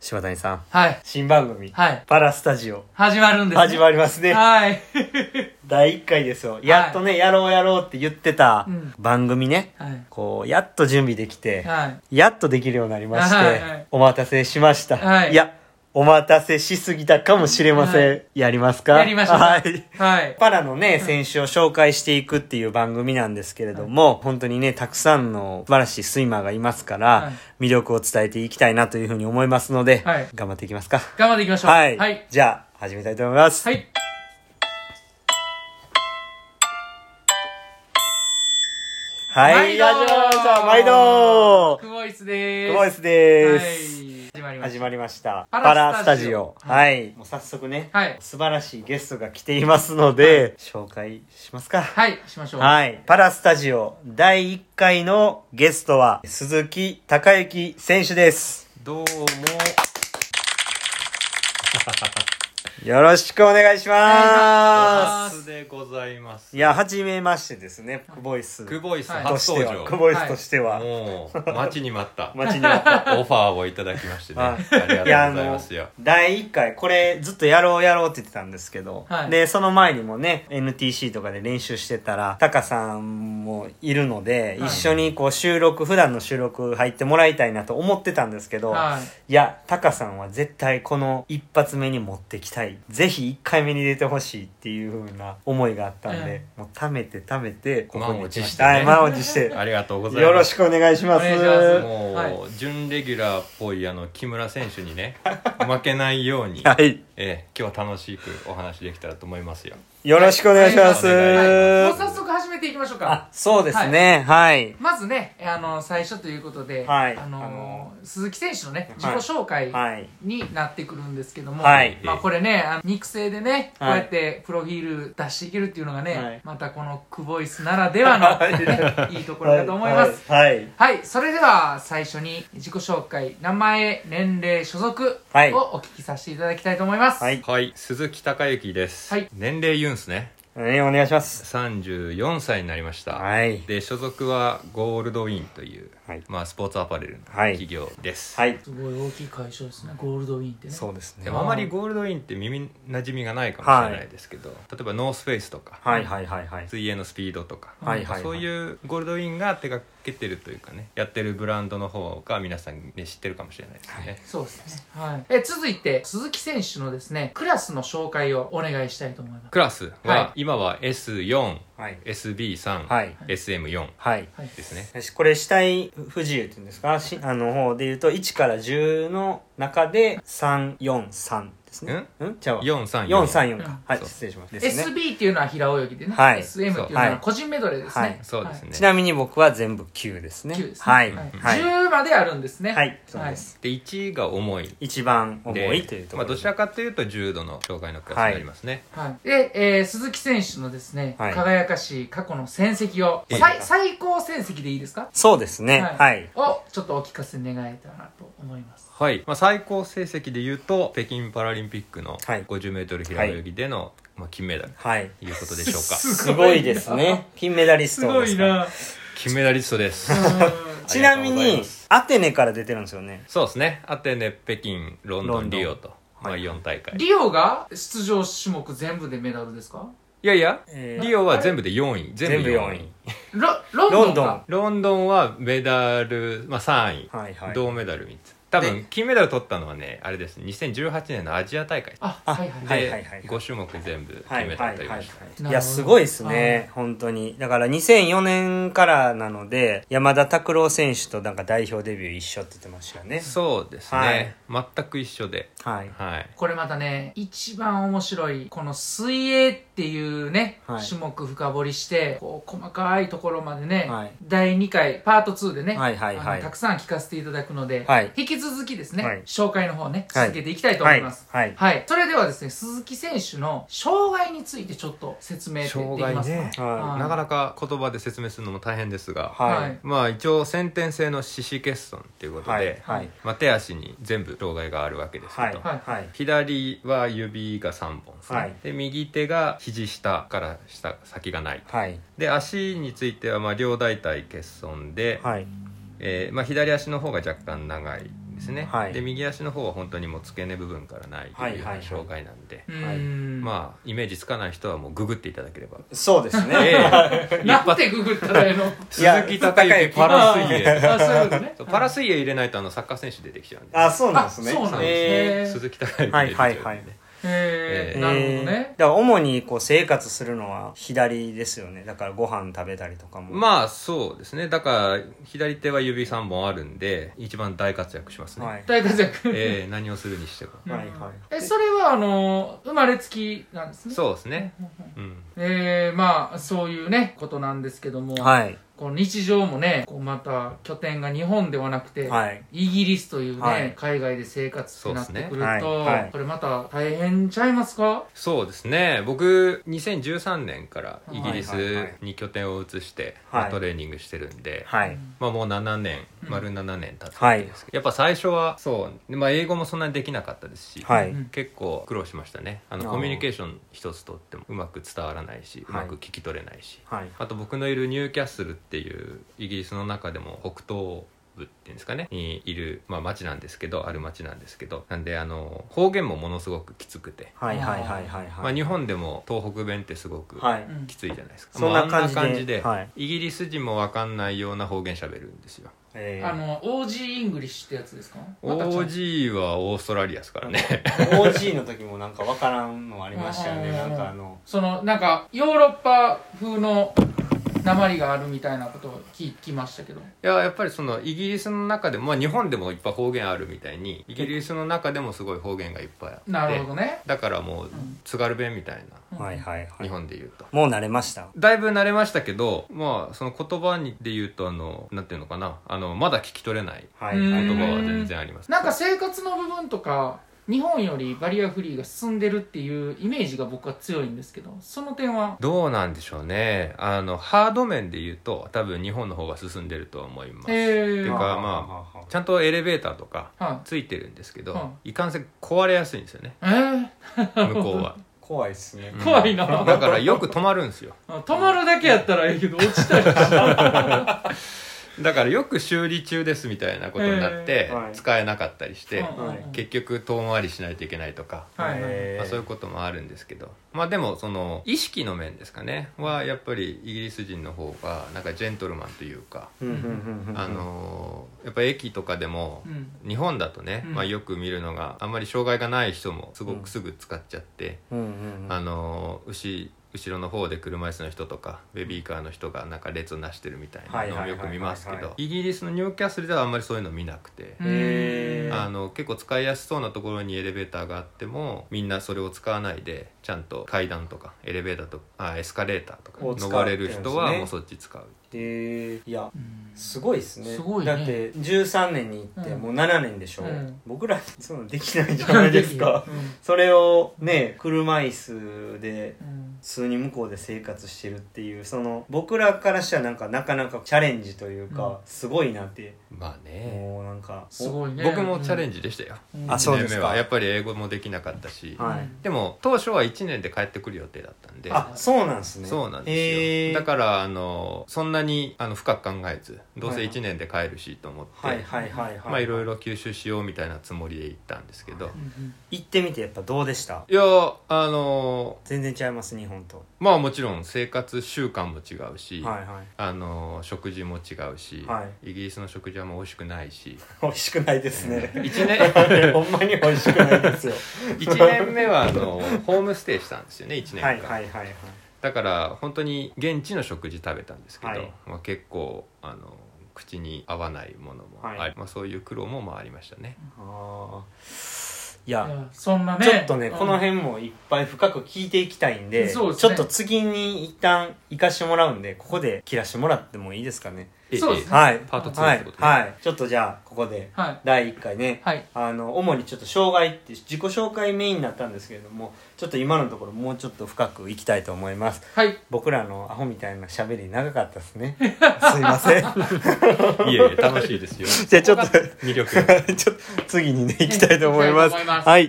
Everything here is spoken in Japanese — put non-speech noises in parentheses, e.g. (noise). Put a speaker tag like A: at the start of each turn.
A: 柴谷さん、
B: はい。
A: 新番組、
B: はい。
A: パラスタジオ、
B: 始まるんです、ね。
A: 始まりますね。
B: はい。
A: 第1回ですよ。やっとね、やろうやろうって言ってた
B: うん
A: 番組ね、 (laughs)
B: はい。
A: こう、やっと準備できて、
B: はい。
A: やっとできるようになりまして、
B: はいはい
A: お待たせしました。
B: はい
A: や、お待たせしすぎたかもしれません。
B: は
A: やりますか
B: やりましょう。
A: はい。
B: はい。
A: パラのね、選手を紹介していくっていう番組なんですけれども、本当にね、たくさんの素晴らしいスイマーがいますから、
B: はい
A: 魅力を伝えていきたいなというふうに思いますので、
B: はい
A: 頑張っていきますか。
B: 頑張っていきましょう。
A: はい。
B: はい。
A: じゃあ、始めたいと思います。
B: はい。
A: はい。
B: 毎度
A: ラジオさん、毎度
B: クボイスで
A: ク
B: す。
A: ボイスです。
B: はい。始まりまし
A: 始まりました。
B: パ
A: パラ
B: ラ
A: ス
B: ス
A: タ
B: タ
A: ジ
B: ジ
A: オ
B: オ。
A: はい。もう早速ね、
B: はい
A: 素晴らしいゲストが来ていますので、紹介しますか。
B: た。はい。しましょう。
A: はい。パラスタジオ第1回のゲストは、鈴木孝之選手です。
C: どうも。
A: よろしくお願いしま
B: は
A: す。
C: スでございます。
A: いや、はじめましてですね、クボイス
C: ク
A: と
C: ボイス
B: はい
C: 初
A: して
C: 登
A: は、
C: 場。
A: クボイスとしては、
C: もう、待ちに
A: (laughs)
C: 待った。
A: 待ちに待った。
C: オファーをいただきましてね。
A: は
C: あ
A: い
C: りがとうございますよ。
A: 第1回、これずっとやろうやろうって言ってたんですけど、
B: はい
A: で、その前にもね、NTC とかで練習してたら、タカさんもいるので、
B: はい
A: 一緒にこう収録、普段の収録入ってもらいたいなと思ってたんですけど、
B: はい。
A: いや、タカさんは絶対この一発目に持ってきたい。ぜひ一回目に出てほしいっていう風な思いがあったんで、もう貯めて貯めて、ここに来またはい満
C: 満
A: を持して。
C: (laughs) ありがとうございます。
A: よろしくお願いします。
B: お願いします
C: もう、
B: は
C: 準レギュラーっぽいあの木村選手
A: (laughs)
C: にね負けないように、
A: はい。
C: ええ、今日は楽しくお話できたらと思いますよ
A: よろしくお願いします。
B: はい。
C: は
B: もう早速始めていきましょう
A: あ
B: か。、
A: そうですね。はい。
B: まずね、あの、最初ということで、
A: はい
B: あ
A: あ
B: の
A: の、
B: 鈴木選手のね、自己
A: はい
B: 紹介
A: はい。
B: になってくるんですけども、
A: はい
B: まあこれね、あの肉声でね、こう
A: はい
B: やってプロフィール出していけるっていうのがね、
A: はい
B: またこのクボイスならではの、
A: (laughs)
B: ね、いいところだと思います。
A: はい。はい。
B: はい、それでは最初に自己紹介、名前、年齢、所属を
A: はい
B: お聞きさせていただきたいと思います。
A: はい
C: はい鈴木孝之です、
B: はい
C: 年齢言うんすね
A: えーお願いします。
C: 34歳になりました、
A: はい。
C: で所属はゴールドウィンという、
A: はい
C: まあ、スポーツアパレルの
A: はい
C: 企業です、
A: はい。
B: すごい大きい会社ですね、ゴールドウィンってね。
A: そうですね
C: で。もあまりゴールドウィンって耳なじみがないかもしれないですけど、例えばノースフェイスとか、
A: はいはいはいはい。
C: 水泳のスピードとか、
A: はいはいはい
C: そういうゴールドウィンが手がけてるというかねやってるブランドの方が皆さん、ね、知ってるかもしれないですね、
B: そうですね。はい。え、続いて、鈴木選手のですね、クラスの紹介をお願いしたいと思います。
C: クラス
B: は
C: はい今は S4SB3、
A: はい。
C: SB3
A: はい。
C: SM4
A: はい。
B: はい。
C: ですね
A: これ、死体不自由って言うんですかしあの方で言うと、1から10の中で3、4、3ですね。んじゃあ、4、
C: 434
A: 3、4
B: うん
A: か。はい、
C: そう
A: 失礼します。ですね。
B: SB っていうのは平泳ぎでね、
A: はい
B: SM っていうの
A: そう
B: は個人メドレーですね。
A: はい
C: そうですね、
A: ちなみに僕は全部9ですね。
B: 9ですね。
A: はい。
B: はい
A: はい。
B: 10まであるんですね。
A: はい、そうです。
C: で1が重い
A: 一番重
C: で
A: いというとこ
C: まあ、
A: ろで。
C: どちらかというと重度の障害のクラスになりますね、
B: はい。で、えー鈴木選手のですね、
A: はい
B: 輝かしい過去の戦績を、
A: いい
B: 最最高戦績でいいですか
A: そうですね。はい。
B: を、ちょっとお聞かせ願えたらなと思います。
C: はい、まあ、最高成績で言うと北京パラリンピックの
A: はい
C: 50m 平泳ぎでの、まあ、金メダル
A: はい。
C: ということでしょうか
A: すごいです (laughs) ね。金メダリス
B: す
A: ト
B: ご
A: です
B: い
A: から
B: な。
C: 金メダリストです
B: うん
A: ちなみ
C: ありがとうござい
A: に
C: ま、
A: アテネから出てるんですよね。
C: そうですねアテネ北京ロン
A: ロ
C: ド
A: ン
C: ン
A: ドン
C: リオと、まあ、
A: はい
C: 4大会
B: リオが出場種目全部でメダルですか
C: いやいや
A: えー
C: リオは全部で4位
A: 全
C: 全
A: 部
C: 部
A: 4
C: 4
A: 位
C: 位。
B: ロロンドン
A: ロン
B: か。
C: ロンドンはメダル、まあ、3位、
A: はいはい。
C: 銅メダル3つ多
B: で
C: 分金メダル取ったのはねあれです2018年のアジア大会で、
B: あ、
A: あ
B: はいはい。
A: はいはいはい
C: 5種目全部
A: は
C: 金
A: いは
C: メ
A: い
C: ダ
A: は
C: ル
A: い
C: 取り
A: は
C: ま
A: い
C: した、
B: なるほど
A: いやすごいですね本当にだから2004年からなので山田拓郎選手となんか代表デビュー一緒って言ってましたよね
C: そうですね、全く一緒で
A: はい
C: はい
B: これまたね、一番面白い、この水泳っていうね、
A: はい
B: 種目深掘りして、こう、細かいところまでね、
A: はい
B: 第2回、パート2でね、
A: はいはいはい
B: あのたくさん聞かせていただくので、
A: はい
B: 引き続きですね、
A: はい
B: 紹介の方ね、
A: はい
B: 続けていきたいと思います。
A: はい
B: はい。それではですね、鈴木選手の障害についてちょっと説明できますか、
C: 障害ね
A: は
B: はい
C: なかなか言葉で説明するのも大変ですが、
A: いは
B: はいい
C: まあ一応先天性の四肢欠損っていうことで、
A: はいはい
C: まあ、手足に全部障害があるわけですけど、
A: はいはい
C: 左は指が3本ですね、
A: はい
C: で右手が肘下から下先がない
A: はい
C: で足についてはまあ両大腿欠損で、
A: はい
C: えーまあ、左足の方が若干長いでですね、
A: はい
C: で右足の方は本当にもう付け根部分からないと
A: はい
C: い
A: は
C: う
A: いはい
C: 障害なんで、
B: う
A: はい
B: ーん。
C: まあイメージつかない人はもうググっていただ
A: (laughs)
C: ければ
A: そうですね。
C: ええ
B: なんでググったらええの
A: いや
C: 鈴木孝之パラ
A: (laughs)
C: 水泳
B: あ、そういうことね
C: そう。 (laughs) パラ水泳入れないとあのサッカー選手出てきちゃうんで
A: あ、そうなんですね。
B: あそうなんですね
A: え
B: へー
C: 鈴木孝之
A: は
C: 出
A: い
C: てきちゃ
A: は
C: う
A: い
C: んで、
A: はい。え
B: へえ、
A: ー
B: なるほどね。
A: だから主にこう生活するのは左ですよね。だからご飯食べたりとかも。
C: まあそうですねだから左手は指3本あるんで一番大活躍しますね、
A: はい。
B: 大活躍。
C: ええ何をするにしても
B: うん
A: はいはい
B: え、それはあの、生まれつきなんですね。
C: そうですね
B: うんうんうん。
C: うん
B: えー、まあそういうねことなんですけども、
A: はい。
B: この日常もねこうまた拠点が日本ではなくて、
A: はい。
B: イギリスというね、
A: はい
B: 海外で生活になってくる
A: そ
B: と、
A: うっすねはいはい
B: これまた大変ちゃいますか
C: そうですね僕2013年からイギリ
A: はいはいはい
C: スに拠点を移して、
A: はい
C: まあトレーニングしてるんで、
A: はい。
C: まあもう7年
B: うん
C: 丸7年経つ
A: は
C: ん
A: い
C: ですけど、やっぱ最初はそう、まあ、英語もそんなにできなかったですし、
A: は
B: う
A: い。
B: ん
C: 結構苦労しましたねあの
A: あー
C: コミュニケーション一つとってもうまく伝わらないし、
A: はいう
C: まく聞き取れないし
A: はい。
C: あと僕のいるニューキャッスルっていうイギリスの中でも北東部っていうんですかねにいる、まあ、町なんですけどある町なんですけどなんであの方言もものすごくきつくて、
A: はいはいはいはい
C: ま
A: は
C: あ、
A: い。
C: 日本でも東北弁ってすごく
A: はい。
B: うん
C: きついじゃないですか、
A: そんな感じで
C: まああんな感じで、
A: はい
C: イギリス人もわかんないような方言喋るんですよ
A: え
B: あの OG イングリッシュってやつですかまたちゃう
C: OG はオーストラリアですからね
A: ー、OG の時もなんかわからんのありましたよね。
B: あー
A: なんかあの、
B: そのなんかヨーロッパ風の鉛があるみたいなことを聞きましたけど
C: いややっぱりそのイギリスの中でも、まあ、日本でもいっぱい方言あるみたいにイギリスの中でもすごい方言がいっぱいあって
B: なるほどね、
C: だからもうん津軽弁みたいな
B: うん
A: はいはいは
C: 日
A: い。
C: 本で言うと。
A: もう慣れました。
C: だいぶ慣れましたけど、まあ、その言葉にで言うと、あの、なんていうのかな、あの、まだ聞き取れない
A: はい。
B: うん
A: は
C: 言
A: い
C: 葉は全然あります。
B: なんか生活の部分とか日本よりバリアフリーが進んでるっていうイメージが僕は強いんですけどその点は
C: どうなんでしょうね。あの、ハード面で言うと、多分日本の方が進んでるとは思います。
B: えー、
C: てか
B: は
C: まあ
A: はは
C: ちゃんとエレベーターとか
B: い
C: ついてるんですけど、
B: うん
C: いかんせん壊れやすいんですよね、
B: えー、
C: 向こうは。
A: 怖いっすね
C: うん。
B: (laughs) 怖いな
C: だからよく止まるんですよ。
B: 止まるだけやったらええけど落ちたりした
C: だからよく修理中ですみたいなことになって、
A: えーはい
C: 使えなかったりして、
B: うん
A: はい
C: 結局遠回りしないといけないとか、
B: はいはい
A: えー
C: まあ、そういうこともあるんですけどまあでもその意識の面ですかねはやっぱりイギリス人の方がなんかジェントルマンというか、
A: うんうんうんうんうん
C: あのーやっぱ駅とかでも
B: う、ん
C: 日本だとね、
B: うん
C: まあ、よく見るのがあんまり障害がない人もすご
A: うん
C: くすぐ使っちゃって、
A: うんうんうん
C: あのー牛後ろの方で車椅子の人とかベビーカーの人がなんか列をなしてるみたい
A: は
C: な
A: は
C: い
A: い
C: の
A: は
C: を
A: い
C: よ
A: はいは
C: く
A: い
C: 見ますけどイギリスのニューキャッスルではあんまりそういうの見なくて、
A: えー
C: あの結構使いやすそうなところにエレベーターがあってもみんなそれを使わないでちゃんと階段とかエレベーターとあエスカレーターとか
A: を使う
C: 登れる人
A: ってやつ
C: は
A: ね
C: もうそっち使う
A: でいや
B: うん
A: すごいですね
B: すごいね
A: だって13年に行って
B: うん
A: もう7年でしょ、
B: うん
A: 僕らそのできないじゃない
B: (laughs)
A: ですか
B: うん
A: それをね車椅子で
B: うん
A: 普通に向こうで生活してるっていうその僕らからしたらなんかなかなかチャレンジというか、
B: うん
A: すごいなって
C: まあね
A: もうなんか
B: すごいね
C: 僕もチャレンジでしたよ、
B: うん
A: あそうですか
C: 一年目はやっぱり英語もできなかったし、
A: はい
C: でも当初は1年で帰ってくる予定だったんで
A: あそうなんですね
C: そうなんですよだからあのそんなにあの深く考えずどうせ1年で帰るしと思って、
A: はいはいはいはい
C: まあいろいろ吸収しようみたいなつもりで行ったんですけど、
B: うん
A: 行ってみてやっぱどうでした
C: いやーあの
A: 全然違います日本と
C: まあもちろん生活習慣も違うし、
A: はいはい
C: あの食事も違うし、
A: は
C: イギリスの食事はもう美味しくないし
A: 美味しくないですね
C: 1
A: (laughs)
C: 年
A: ほんまに美味しくないです
C: (laughs)
A: よ
C: 一年目はあのホームステイしたんですよね1年間、
A: はいはいはいはい
C: だから本当に現地の食事食べたんですけど、
A: はい
C: まあ、結構あの口に合わないものもあり、
A: はい
C: まあ、そういう苦労もまあありましたね
A: あーい
B: うんい
A: や
B: やそんなね
A: ちょっとね、
B: うん
A: この辺もいっぱい深く聞いていきたいんで
B: そうです
A: ち
B: ね
A: ょっと次に一旦行かしてもらうんでここで切らしてもらってもいいですかね
C: え
B: そうですね
A: はい
C: パート2
A: は
C: って
A: い
C: こと、ね
A: はい、ちょっとじゃあここで
B: はい
A: 第1回ね
B: はい
A: あの主にちょっと障害って自己紹介メインになったんですけれどもちょっと今のところもうちょっと深くいきたいと思います
B: はい
A: 僕らのアホみたいな喋り長かったです
B: (laughs)
A: ねすいません
C: い
B: (laughs)
C: えいえ楽しいです
A: (laughs)
C: よ
A: じゃあちょっと
C: 魅力
A: ちょっと次にね行きたいと思います
B: 行きたいと思います
A: はい